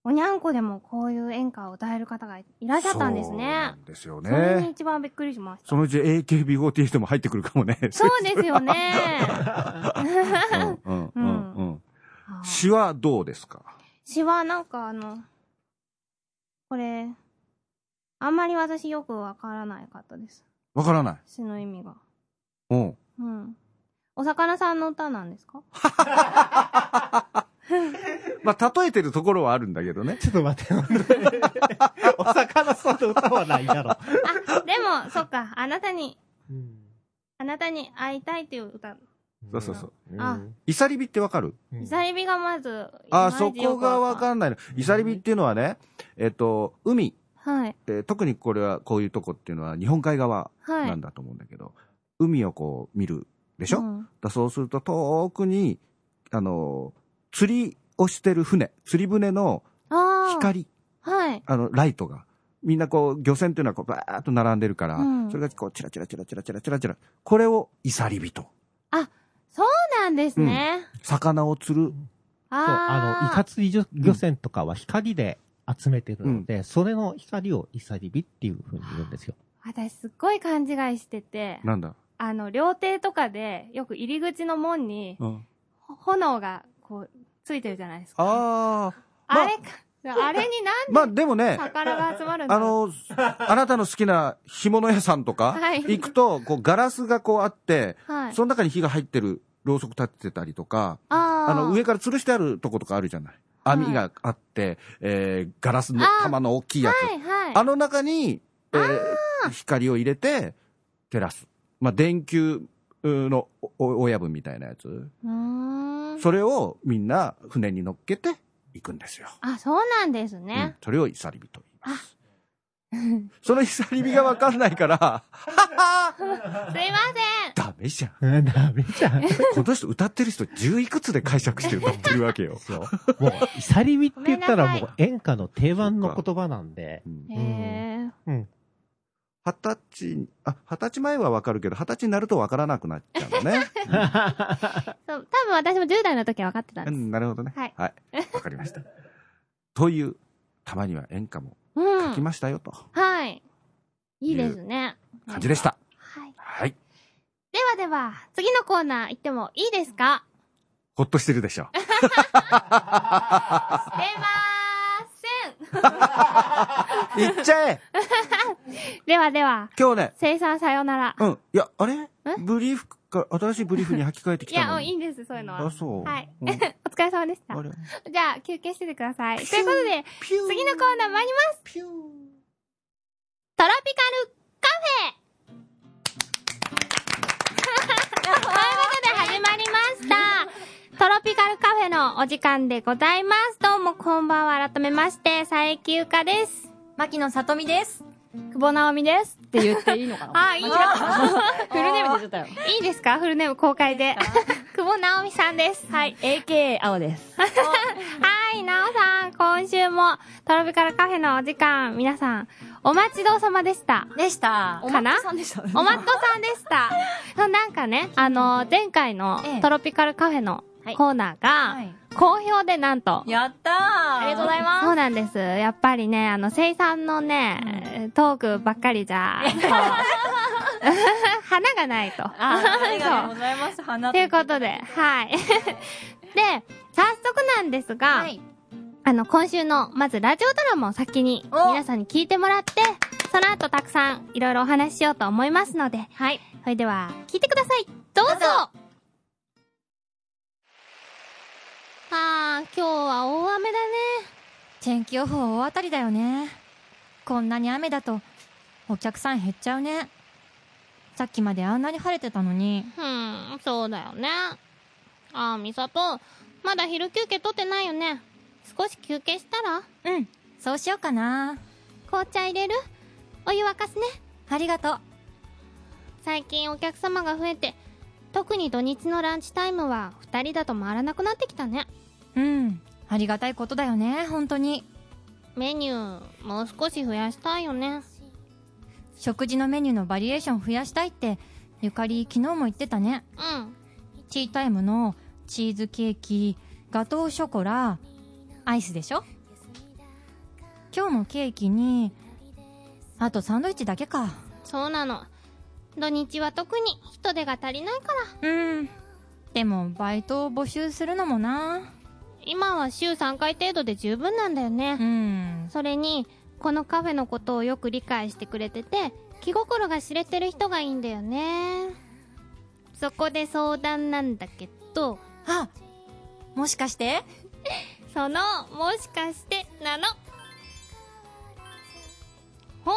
おにゃんこでもこういう演歌を歌える方がいらっしゃったんです
そう
ね。
なんですよ
それに
ね
一番びっくりしました。
そのうち AKB48 も入ってくるかもね
そうですよね。
(laughs) うんうんうんうん
あ
詩はどうですか
詩はなんかあの、これ、あんまり私よくわからないかったです。
わからない
詩の意味が。
うん
うん。お魚さんの歌なんですか
まあ例えてるところはあるんだけどね
ちょっと待って、 (laughs) お魚さんと歌はないだろ。
あ、でも、そっか、あなたに、あなたに会いたいっていう歌。
そうそうそう
うん。
あ
イサリビってわかる
うん
イサリビがまず、
あーそこがわ
わ
かんないのイサリビっていうのはねえっと海、
はい。
えー特にこれはこういうとこっていうのは日本海側
はい。
なんだと思うんだけど、海をこう見るで
で
しょ、
うん、
だそうすると遠くに、あの、釣りをしてる船、釣り船の
ああ。
光、
はい。
あの、ライトが、みんなこう、漁船っていうのはこう、ばーっと並んでるから、
うん
それがこう、チラチラチラチラチラチラチラ、これを、イサリ人。
そうなんですね。
魚を釣る。
あ
そう、
あ。
あの、イカ釣り漁漁船とかは光で集めてるので、それの光をイサリビっていうふうに言うんですよ。
私すっごい勘違いしてて、
なんだ、
あの、料亭とかで、よく入り口の門に、
うん、
ほ炎が、こう、ついてるじゃないですか。
ああ、
あれか、あれになん
まあでもね、
宝が集まるんだ
あ
ろう
の、あなたの好きな干物屋さんとか、
はい
行くと、こう、ガラスがこうあって、
はい。
その中に火が入ってるろうそく立ててたりとか、
あー
あの、上から吊るしてあるとことかあるじゃない。
はい
網があって、えー、ガラスの玉の大きいやつ。
はいはい。
あの中に、えー光を入れて、照らす。まあ、電球のおお親分みたいなやつ。
うーん。
それをみんな船に乗っけて行くんですよ。
あ、そうなんです
うん
ね。、
それをイサリビと言います。そのイサリビがわかんないから、
(laughs)
はは
すいません。
ダメじゃん。
うん、 (laughs) ダメじゃ (laughs) ん。
この人歌ってる人十いくつで解釈して歌ってるわけよ。
そう。もう、イサリビって言ったら
ごめん
も
な
う演歌の定番の言葉なんで
う、ん
へえ。
二十歳、あ、二十歳前はわかるけど、二十歳になるとわからなくなっちゃう
(laughs)
のね。
そう、多分私も10代の時は分かってたん
う
です。
ん、なるほどね。
はい
わ、かりました。という、たまには演歌も
う
書き
ん。
ましたよと、
はい。いいですね。
感じでした。
はい。
はい。
ではでは、次のコーナー行ってもいいですか
ほっとしてる
(laughs)
でしょ。
出まー
いっちゃ
せん。
え (laughs)
ではでは、
今日ね、
生産さよなら。
うん。いや、あれブリーフか、新しいブリーフに履き替えてき
い
た
や、も
の
うい
に。
いんです、そういうのは。
あ、そう。
はい (laughs)
うん。
お疲れ様でした
あ。れ
じゃあ、休憩しててください。ということで、
ピュー
次のコーナー参ります。
ピュー
トロピカルカフェということで始まりました。トロピカルカフェのお時間でございます。どうもこんばんは。改めまして、佐伯ゆかです。
牧野さとみです。
久保直美です。
って言っていいのかな
あ、いいよ。
フ
(laughs)
ルネーム出ちゃったよ。
いいですかフルネーム公開で。久保直美さんです。はい。
AKA 青です。
はい、なおさん、今週もトロピカルカフェのお時間、皆さん、お待ちどうさまでした。
でした。
かな
おまっこさんでしたね
おまっこさんで
(laughs)
した。そうなんかね、あの、前回の
ええ
トロピカルカフェの
はい
コーナー
は
が、
い
好評でなんと、
やったーありがとうございます。
そうなんです。やっぱりね、あの、生産のね、トークばっかりじゃ、こう (laughs) 花がないと。
あありがとう
そう
ございます。花
ということで、はい。で、早速なんですが、
はい。
あの、今週の、まずラジオドラマを先に、
お
皆さんに聞いてもらって、その後たくさん、いろいろお話ししようと思いますので、はい。それでは、聞いてください。どうぞ
どうぞ
あー、今日は大雨だね。
天気予報大当たりだよねこんなに雨だとお客さん減っちゃうねさっきまであんなに晴れてたのに
うん、そうだよね。あー、みさと、まだ昼休憩取ってないよね。少し休憩したら
うんそうしようかな
紅茶入れるお湯沸かすね。
ありがとう
最近お客様が増えて特に土日のランチタイムは2人だと回らなくなってきたね
うんありがたいことだよね本当に
メニューもう少し増やしたいよね
食事のメニューのバリエーション増やしたいってゆかり昨日も言ってたね
うん
ティータイムのチーズケーキガトーショコラアイスでしょ今日もケーキにあとサンドイッチだけか
そうなの土日は特に人手が足りないから
うんでもバイトを募集するのもな
今は週3回程度で十分なんだよね
うん
それにこのカフェのことをよく理解してくれてて気心が知れてる人がいいんだよねそこで相談なんだけど
あもしかして
そのもしかしてなのほ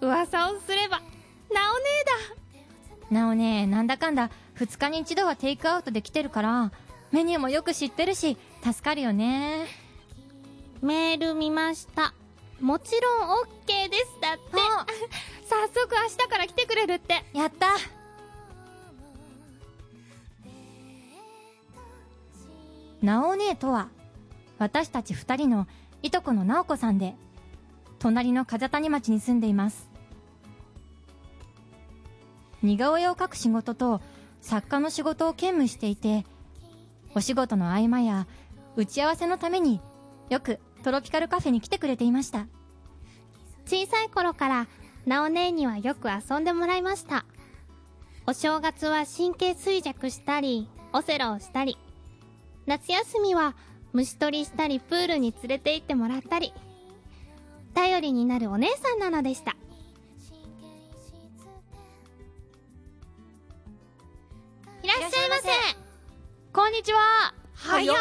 う噂をすればなお姉
なおねなんだかんだ2日に一度はテイクアウトできてるからメニューもよく知ってるし助かるよね
だメール見ましたもちろん OK ですだって
あ
(laughs) 早速明日から来てくれるって
やったなおねとは
私たち2人のいとこの直子さんで隣の風谷町に住んでいます似顔絵を描く仕事と作家の仕事を兼務していてお仕事の合間や打ち合わせのためによくトロピカルカフェに来てくれていました
小さい頃から、なお姉にはよく遊んでもらいました。お正月は神経衰弱したり、オセロをしたり、夏休みは虫取りしたりプールに連れて行ってもらったり、頼りになるお姉さんなのでした。いらっしゃいませ
こんにちは
早っ
っ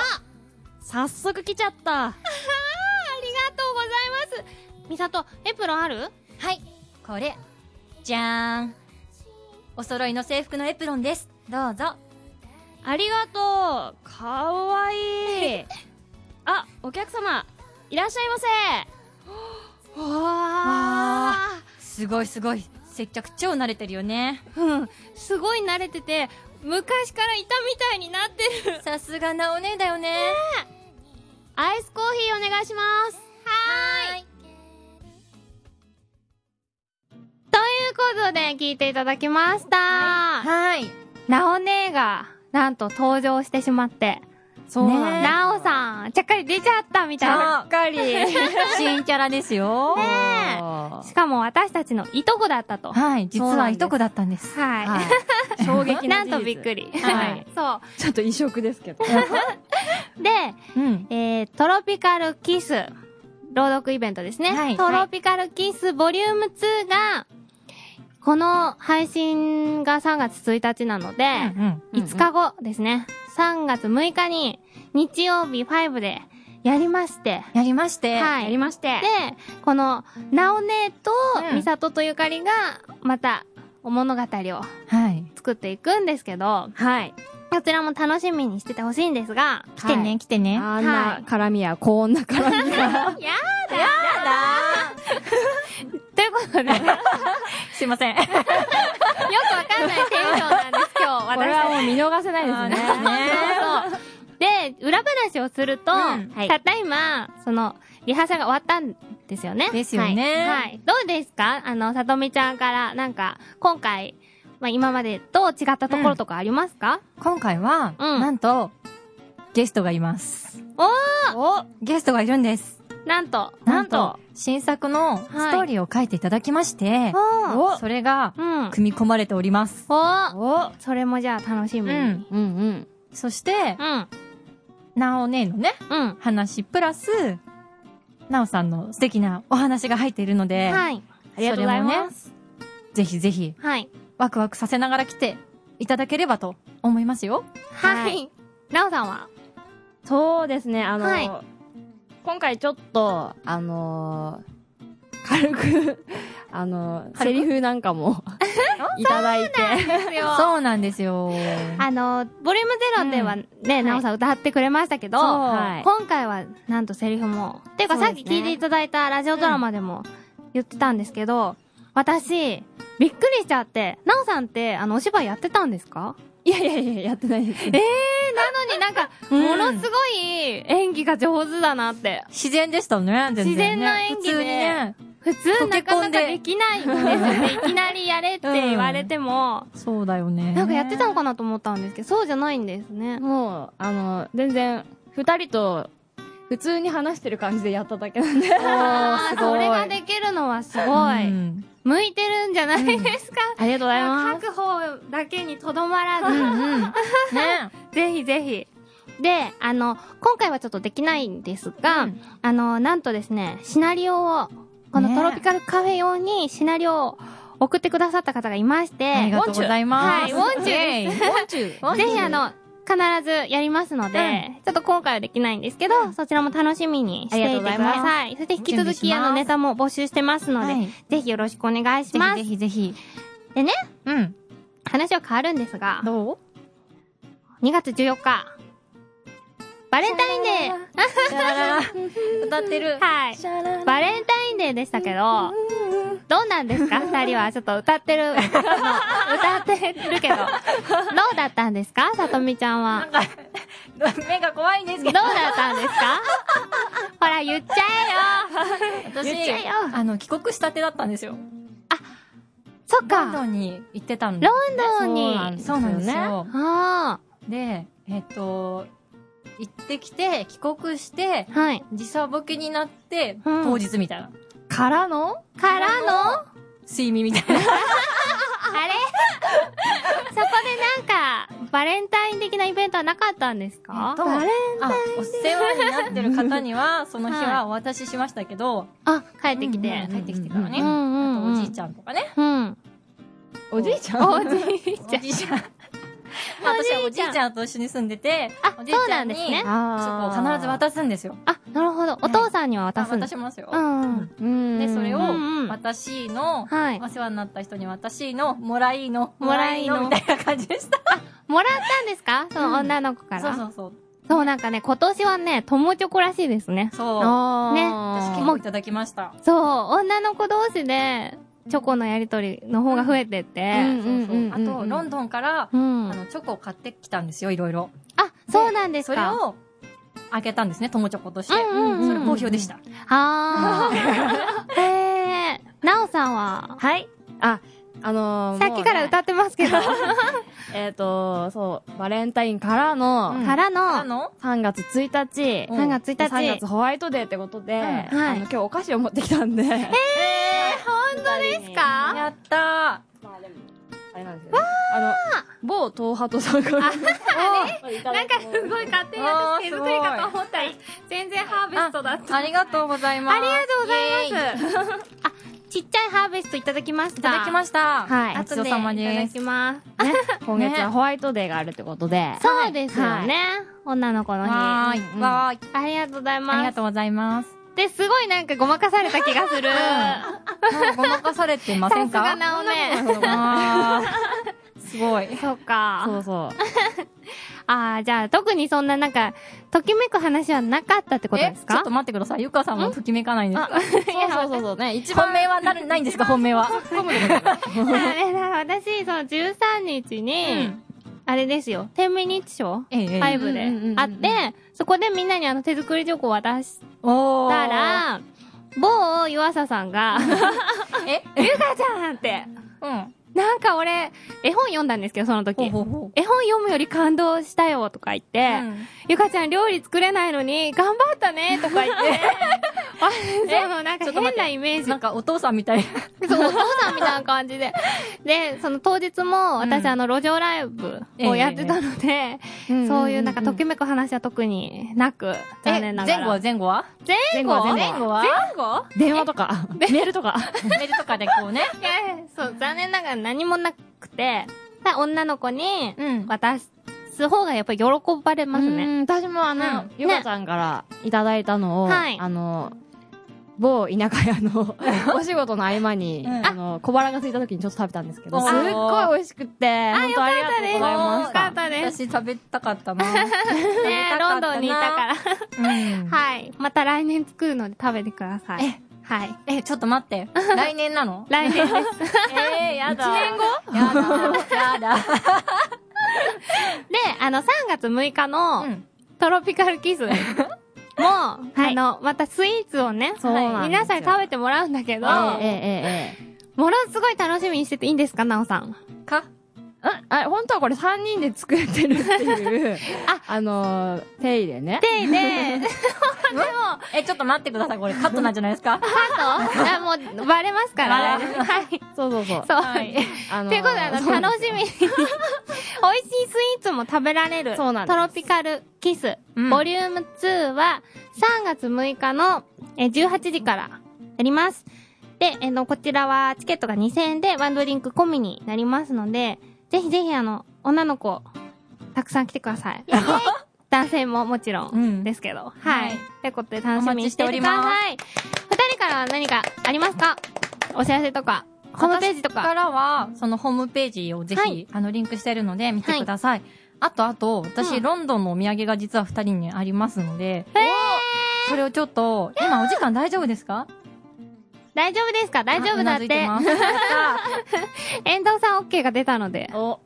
早速来ちゃった
ありがとうございますみさと、エプロンある
はいこれじゃーんお揃いの制服のエプロンですどうぞ
ありがとうかわ (laughs) いいあお客様いらっしゃいませわあ
すごいすごい接客超慣れてるよね
うんすごい慣れてて昔からいたみたいになってる
さすがなお姉だよね
アイスコーヒーお願いしますはーい
ということで、聞いていただきました。
はい
なお姉が、なんと登場してしまって。
そう
ね
なんだ
なおさん、ちゃっかり出ちゃったみたいな。
ちゃっかり新キャラですよね
しかも私たちのいとこだったと。は
はい実はいとこだったんです
い。 (laughs)
い、
(laughs)
衝撃の事実
なんとびっくり。
はい。
(laughs) そ
ちょっと異色ですけど
う。で、
うん
えー、トロピカルキス、朗読イベントですね。
はい
トロピカルキスボリューム2が、この配信が3月1日なので、
うん
5日後ですね。3月6日に日曜日5でやりまして。
やりまして
はい。
やりまして
で、この、なおねと
う、ん
みさととゆかりが、また、お物語を
はい
作っていくんですけど、
はい
こちらも楽しみにしててほしいんですが、
来 (laughs) てね来てね
あん
は
ない絡みやこんな絡みや
ということで、よくわ
すいません
かんないテンションなん
(laughs)
です、今日、
(laughs) これ
私。
はもう見逃せないですね
そうそうで、裏話をすると、
うんはい
たった今、その、リハーサルが終わったんですよね。
ですよね
はい。はいどうですかあの、さとみちゃんから、なんか、今回、まあ、今までと違ったところとかありますか、
(laughs) 今回は
うん
なんとゲストがいます
お
おゲストがいるんです
なんと、
なんと新作のストーリーを書いていただきまして
お
それが
うん。
組み込まれております
お
お
それもじゃあ楽しみ
う
に。うん
ん
うんうん
そして。
うん。
なお姉のね話プラスなおさんの素敵なお話が入っているので、
はい。
ありがとうございます、ぜひぜひ
はい。
ワクワクさせながら来ていただければと思いますよ
はい。なおさんは
(laughs) そうですね、あの、
はい
今回ちょっと、あのー軽く、 (laughs) あのセリフなんかも (laughs) いただいて、
そうなんですよ
あの、ボリュームゼロではね、なおさん歌ってくれましたけど、
そう
はい今回はなんとセリフも。ていうか
そう
さ
で
っ
す
き
ね
聞いていただいたラジオドラマでも言ってたんですけど、私、びっくりしちゃって、なおさんって、あの、お芝居やってたんですか
いやいやいや、やってないです。
なのになんか、ものすごい演技が上手だなって。
自然でしたね
自
全然ね
然な演技で
普通にね
普通なかなかできないんですよね。いきなりやれって言われても、
そうだよね
なんかやってたのかなと思ったんですけど、そうじゃないんですね。
もう、あの全然、二人と、普通に話してる感じでやっただけなん
(laughs)
で。
ああ、それができるのはすご
う
い。
ん
向いてるんじゃないですか。
ありがとうございます。
各方だけにとどまら
う
ず、
んうんね
ぜひぜひ。で、あの、今回はちょっとできないんですが、
うん
あの、なんとですね、シナリオを、この
ね
トロピカルカフェ用にシナリオを送ってくださった方がいまして、
ありがとうございま
は
す
いウォンチュ
イェイ
ぜひあの、必ずやりますので、
うん
ちょっと今回はできないんですけど、そちらも楽しみにしていてください。そして引き続
準備し
き
ます
あのネタも募集してますので、
はい
ぜひよろしくお願いし
ぜ
ます。
ひぜひぜひ
でね、
うん
話は変わるんですが、
どう
2月14日、バレンタインデー
歌ってる
(laughs) はい。バレンタインデーでしたけど、どうなんですか二人はちょっと歌ってる、あの歌ってるけど、どうだったんですかさとみちゃんは。
(laughs) 目が怖いんです
どう
け
だったんですかほら、言っちゃえよ
ど、
言っちゃえ
私、
よ
あの、帰国したてだったんですよ。
そっ
ロンド
か。
ンに行ってたんで
ロ
す。
ンドンに。
そうなんです
あ
よ。
あ
で、えっと、行ってきて、帰国して、
ー。はい。
時差ボケになって、
うん
当日みたいな。
からのからの
睡眠みたいな。
あれ (laughs) そこでなんか、バレンタイン的なイベントはなかったんですか
えっと
バレン
あ、お世話になってる方には、その日はお渡ししましたけど、
あ、帰ってきて
うん。帰ってきてからね。
うんうん
あ
うん
とおじいちゃんとかね。
うん。
おじいちゃん
おじいち
おじいちゃん。まあ (laughs) 私はおじいちゃんと一緒に住んでて、
あ
おじいちゃんに
そうなんですね
そ
あ
こを必ず渡すんですよ。
ゃん。あ、なるほど。お父さんには渡
あ
すんだ
渡しますよ
う。ん。
うん
で、それを
うんうん、
私の、
はい
お。世話になった人に私の、もらいの、
もらいの
もみたいな感じでした。
もらったんですかその女の子から。
そうそうそう。
そうなんかね、今年はね、友チョコらしいですね。
そう。
あー
ね
私結
もう
構いただきました。
そう、女の子同士で、チョコのやりとりの方が増えてって。
そうそ
う
う
んうんうんうん
あと、ロンドンから、
うん。
あ
あ、
の、チョコを買ってきたんですよ、いろいろ。
そうなんです
それ
か。
を、開けたんですね、友チョコとして。
うんうんうん
それ好評でした。
あー。 (laughs) へー。なおさんは、
はい。あ、あのー、
さっきか
もう
ら
ね
歌ってますけど、
えっと、そう、バレンタインからの、
から
あ
の、
の、
3月1日、
うん
3月1日。
3月ホワイトデーってことで、
はい
あの今日お菓子を持ってきたんで。えー、本当です
か
やった
まあでも、あれなんですよ、ね。あの、某東波とさんから。
な
なん
かすごい勝手に私手作りかと思ったら、全然ハーベストだった。
ーありがとうございます。
ありがとうございます。あ、ちっちゃいハーベストいただきました。
いただきました。
はい
ご
あ
ち
と
そう
でい
さま
ただ
です。
きます。 (laughs)
今月はホワイトデーがあるってことで。
そうですよね。女の子の日。
わーい、
うん
わーい。
ありがとうござい
ありが
ます。
とうございます。
で、すごいなんかごまかされた気がす (laughs) る。
もうごまかされてませ
さ
ん
す
か
がなおね。
(laughs) あー
(laughs)
すごい。
そうか。
そうそう。
(laughs) ああ、じゃあ特にそんななんか、ときめく話はなかったってこと
え
で、す
ちょっ
か
と待ってください。ゆかさんもときめかないんです
(laughs)
か
そうそうそうそうね。一
本
番
命はなるないんですか本命は。
あえらい私、その13日
う
に
ん、
あれですよ、10ミニッチショー
ええええ
ファイブで
うんうんうんうん
あって、そこでみんなにあの手作りチョコを渡し
おー
た、ら、某湯浅さんが、
(laughs) え
ゆかちゃんって、
うん。
なんか俺、絵本読んだんですけど、その時。
ほう
絵
ほう
本
ほう。
読むより感動したよとか言って、
うん
ゆかちゃん料理作れないのに頑張ったねとか言
(laughs)
って、 (laughs) あそのなんか変なイメージ
なん。かお父さんみ (laughs) たい。
(laughs) そう、お父さんみたいな感じで。で、その当日も私、
うん
あの路上ライブをやってたので、そういうなんかときめく話は特になく、残念なが
前
ら。
後は前後は
前後
前後は
前後は前後
電話とか、メールとか。
メールとかでこうね。
いやいやそう、残念ながら何もなくて、ただ女の子に
(laughs) うん。
渡す方がやっぱり喜ばれますね。
うん私もあの、
うん
ゆかちゃんからいただいたのを、
はい
あの、某田舎屋
(laughs)
のお仕事の合間に、
うん
あの、小腹が空いた時にちょっと食べたんですけど、
あ
すっごい美味しくって、本当ありがとうございま
よ
し
か
た
っ。たです。
私食べたか (laughs) ったな。
ねロンドンにいたから。
うん。
はい。また来年作るので食べてください。はい。
え、ちょっと待 (laughs) って。来年なの
来年です。
えー、やだ。1年後やだ。やだ。
で、あの、3月6日の
うん
トロピカルキスも、
(laughs)
あの、またスイーツをね、
そうなんですよ
皆さんに食べてもらうんだけど、
ええええええ
ものすごい楽しみにしてていいんですか、なおさん。
か。
ああ、本当はこれ3人で作ってるって
(laughs)
いう、あの、手入れね。
で、で、
え、ちょっと待ってください。これカットなんじゃないですか
(laughs) あもう、バレますからね。はい。
そうそうそう。
そう。
はい
あの
ということで、あ
そう
の、楽しみに、美味しいスイーツも食べられる、
そうなんで
ト
す
ロピカルキス、
うん
ボリューム2は、3月6日のえー18時からやります。で、あの、こちらはチケットが2000円で、ワンドリンク込みになりますので、ぜひぜひ、あの、女の子、たくさん来てください。男性ももちろ
うんん
ですけど。はい。
はい
ということで、楽しみにしていてくだ
お
さい。二人からは何かありますかお知らせとか、ホームページと
私
か。
からは、そのホームページをぜひ、
はい
あの、リンクしてるので見てください。あと、あと、私、
うん
ロンドンのお土産が実は二人にありますので、
えー
それをちょっと、今お時間大丈夫ですか
大丈夫ですか大丈夫だって。
あうなずいて
遠藤さん OK が出たので。
お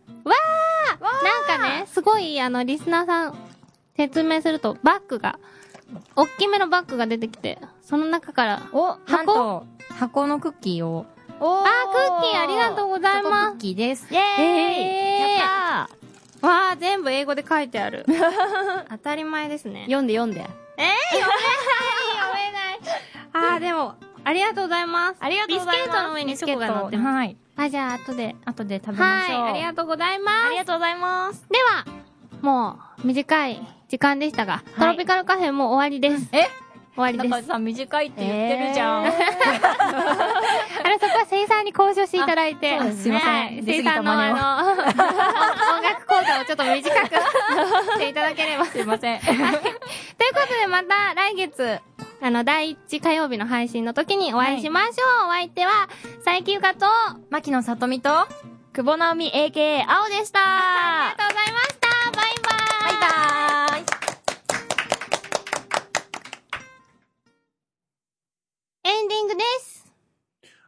なんかね、すごい、あの、リスナーさん、説明すると、バッグが、おっきめのバッグが出てきて、その中から、 (laughs)
お、
箱
なんと、箱のクッキーを。
あー、クッキーありがとうござい
箱
ま
クッキーです。
す。イェーイ
あ
わあ、全部英語で書いてある。当たり前ですね。
読んで読んで。
読めない。ああ、でも、ありがとうございます。
ありがとうございます
ビスケットの上にチョコが乗ってます。
はい。
あ、じゃあ、後で。
後で食べま
は
し
い、
ょう。
ありがとうございま
ありがとうございます
す。。では、もう、短い時間でしたが、トロピカルカフェもう終わりです。
え
終わりで
中井
す。
さん短いって言ってるじゃん。
あれ、そこは生産に交渉していただいて。
あそうですね
はい。
出過
生
ぎた
産の、
真
あ
似を
の、音
(laughs)
楽講座をちょっと短く (laughs) していただければ。
すいません。
ということでまた来月、あの、第1火曜日の配信の時にお会いしましょう。お相手は、佐伯ゆかと、あ
牧野さとみと、
久保直美 AKA 青でした。
りがとうございました。バイバイ。
バイバイ。
エンディングです。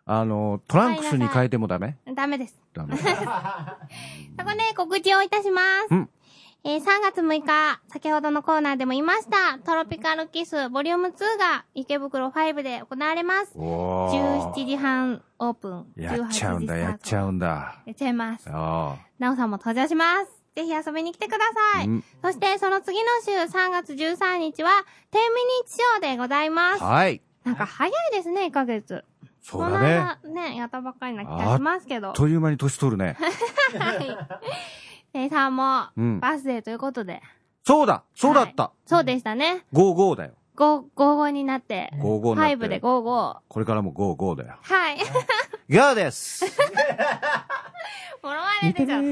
あの、トランクスに変えてもダメ
ダメです。(laughs)
ダメ。
そこで告知をいたします。
うん
えー3月6日、先ほどのコーナーでも言いました、トロピカルキスボリューム2が池袋5で行われます。
おー
17時半オープン。
やっちゃうんだ、やっち
う。
ゃうんだ。
やっちゃいます。
あ
なおさんも登場します。ぜひ遊びに来てくだ
あ。
さい。
うん
そして、その次の週、3月13日は、天秤日ショーでございます。
はい。
なんか早いですね、1ヶ月。
そうだね。あ
この間ね、やったばっかりな気がしますけど
っ。という間に年取るね。
はい。生さんも、
うん。
バースデーということで。
そうだそうだった
そうでしたね。
!55 だよ。
5、5になって、
55になって
5で55。は
これからも55だよ。
い。
ガ
(laughs)
ーです
もろわれてちゃっ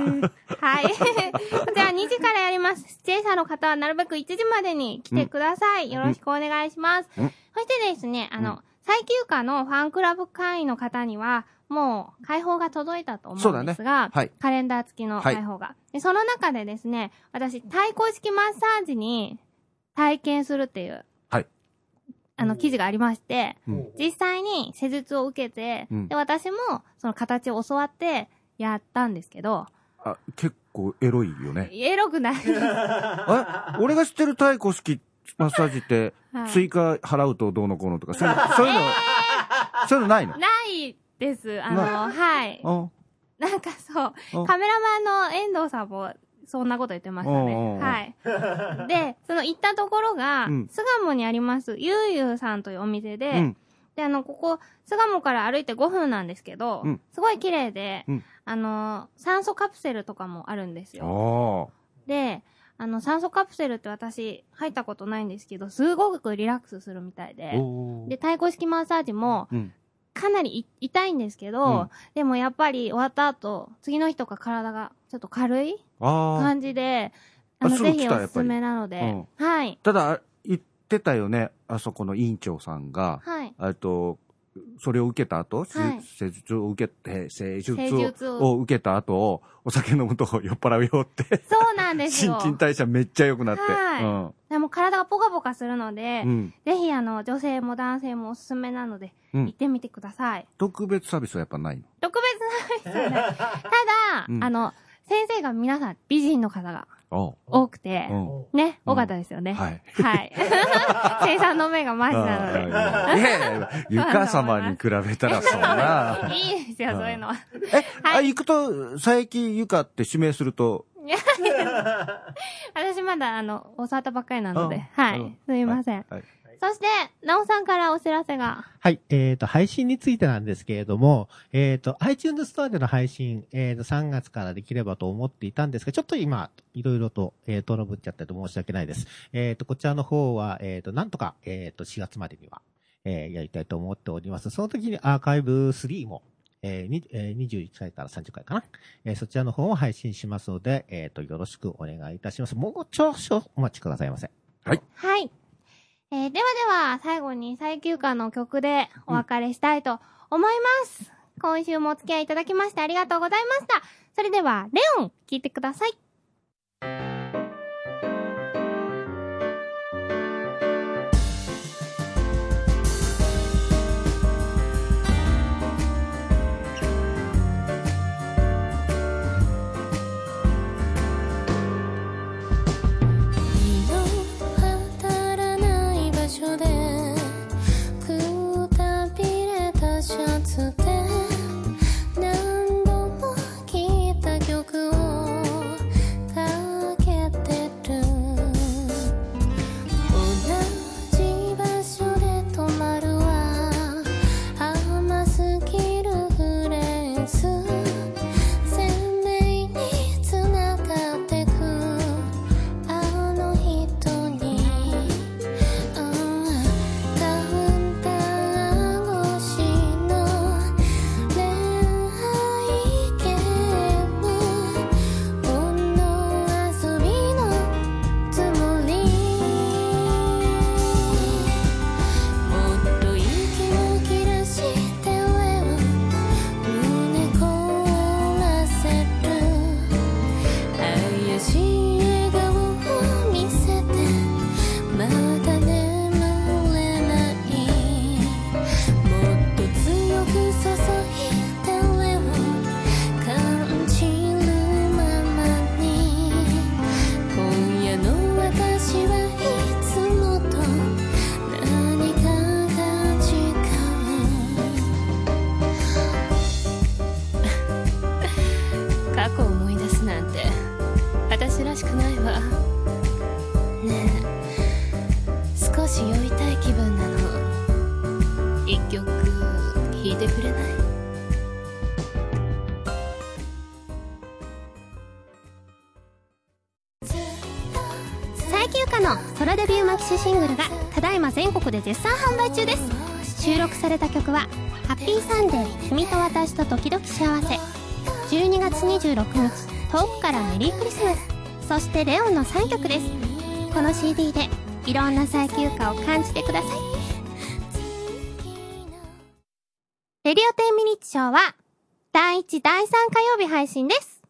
た。はい。 (laughs) じゃあ2時からやります。出演者の方はなるべく1時までに来てください。よろしくお願いします。
うん
そしてですね、あ
う
の、最休暇のファンクラブ会員の方には、もう解放が届いたと
そ
思
う
う
だ
ん
ね
ですが、
はい
カレンダー付きの
はい
解放が、で。その中でですね、私、対抗式マッサージに体験するっていう、
はい
あの、記事がありまして、
うん
実際に施術を受けて、
うん
で、私もその形を教わってやったんですけど、
あ、結構エロいよね。
エロくない。
え俺が知ってる太鼓式マッサージって、
はい
追加払うとどうのこうのとか、そういうの、そういうの、そういうのないの
ないです。あ
な
の、はい。
あ
なんかそ
あ
う、カメラマンの遠藤さんも、そんなこと言ってました
おうおうおう
ね。はい。で、その行ったところが、
うん
巣鴨にあります、ゆうゆうさんというお店で、
うん。
で、あの、ここ、巣鴨から歩いて5分なんですけど、
うん
すごい綺麗で、
うん
あの、酸素カプセルとかもあるんですよ。
あ
で、あの、酸素カプセルって私、入ったことないんですけど、すごくリラックスするみたい
あ。
で。
おー
で、対抗式マッサージも、
うん
かなりい痛いんですけど、
うん
でもやっぱり終わった後、次の日とか体がちょっと軽い
ああ。
感じで、
あ
あの、
すぐ
ぜ
来
ひ
た
おすすめなので、
やっぱり
はい。
ただ、言ってたよね、あそこの委員長さんが、
はい。
えっと、それを受けた後、し
はい
施術を受けて、施術
施術
を
を
を受けた後、お酒飲むと酔っ払うよって、
そうなんです
(laughs) 新
よ。
陳代謝めっちゃ良くなって。
はでも体がポカポカするので
うん。う、ん。
ぜひあの、女性も男性もおすすめなので、
うん
行ってみてください。
特別サービスはやっぱないの
特別なですよ
(laughs)
ね。ただ、
うん
あの、先生が皆さん美人の方が
あ
多くて
あ。、うん。
ね、
うん
多かったですよね。
はい。 (laughs)
はい。生産の目がマジなので。
あいやいやいやゆか様に比べたらそ
(laughs)
んな。
いいですよ、そういうのは。
え、あ、行くと、佐伯ゆかって指名すると、
私まだ、あの、教わったばっかりなので。
あ
は
うん
い。すみません。
はいはい
そして、なおさんからお知らせが。
はい。えっ、と、配信についてなんですけれども、えっ、と、iTunes ストアでの配信、えっ、と、3月からできればと思っていたんですが、ちょっと今、いろいろと、えー、トラブっちゃってて申し訳ないです。えっ、と、こちらの方は、えっ、と、なんとか、えっ、と、4月までには、えーやりたいと思っております。その時にアーカイブ3も、えーにえー21回から30回かな。えーそちらの方を配信しますので、えっ、と、よろしくお願いいたします。もう少々お待ちくださいませ。
はい。えーではでは、最後に最休暇の曲でお別れしたいと思います。今週もお付き合いいただきましてありがとうございました。それでは、レオン、聴いてください。
「
木ゆかの空デビューマキシシングルがただいま全国で絶賛販売中です収録された曲は「ハッピーサンデー君と私と時々幸せ」12月26日遠くからメリークリスマスそして「レオン」の3曲ですこの CD でいろんな最休暇を感じてくださいレディオ10ミニッチショーは第1第3火曜日配信です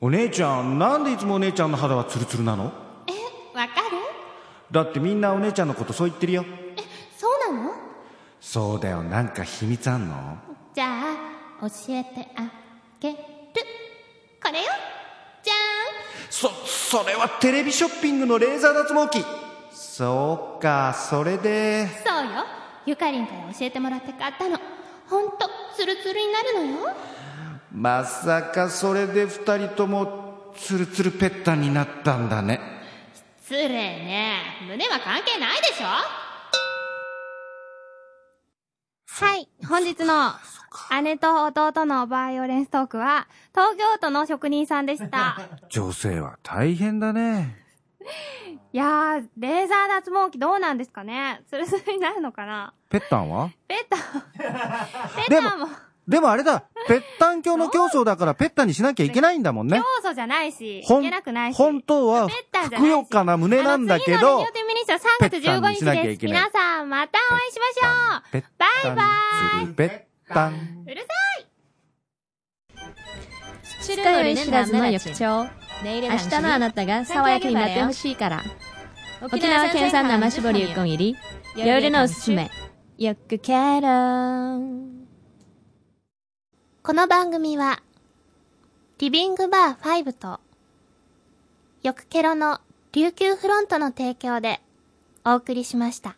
お姉ちゃんなんでいつもお姉ちゃんの肌はツルツルなの
わかる
だってみんなお姉ちゃんのことそう言ってるよ
そうなの
そうだよなんか秘密あんの
じゃあ教えてあげるこれよじゃ
そそれはテレビショッピングのレーザー脱毛器そうかそれ
ー
で
んそうよゆかりんから教えてもらって買ったのほんとツルツルになるのよ
まさかそれで二人ともツルツルぺったんになったんだね
失礼ね胸は関係ないでしょ
はい。本日の姉と弟のバイオレンストークは、東京都の職人さんでした。
(laughs)
女性は大変だね
いやー、レーザー脱毛器どうなんですかねスルスルになるのかな
ぺったんは
ペ
(laughs)
ッタ、ペ
で
ッ
も
タも
でもあれだぺったん教の競争だからぺったんにしなきゃいけないんだもんね
競争じゃないし、い
ほん
けなくないし。
本当は
ぺったんじゃ
ふく
ないし
よかな胸なんだけ
あの次のレデ
ど
ィオテミニッショー3月15日
ぺったんにしなきゃ
で
い
す。
けない
皆さん、またお会いしましょう
ぺっ
バ
た
イ
ん
バ
つるぺったん
イうるさ
知
使い知らずの翌朝明日のあなたが爽やかになってほしいから沖縄県産生絞りうこん入り夜のおすすめよくケロン
この番組は、リビングバー5と、よくケロの琉球フロントの提供でお送りしました。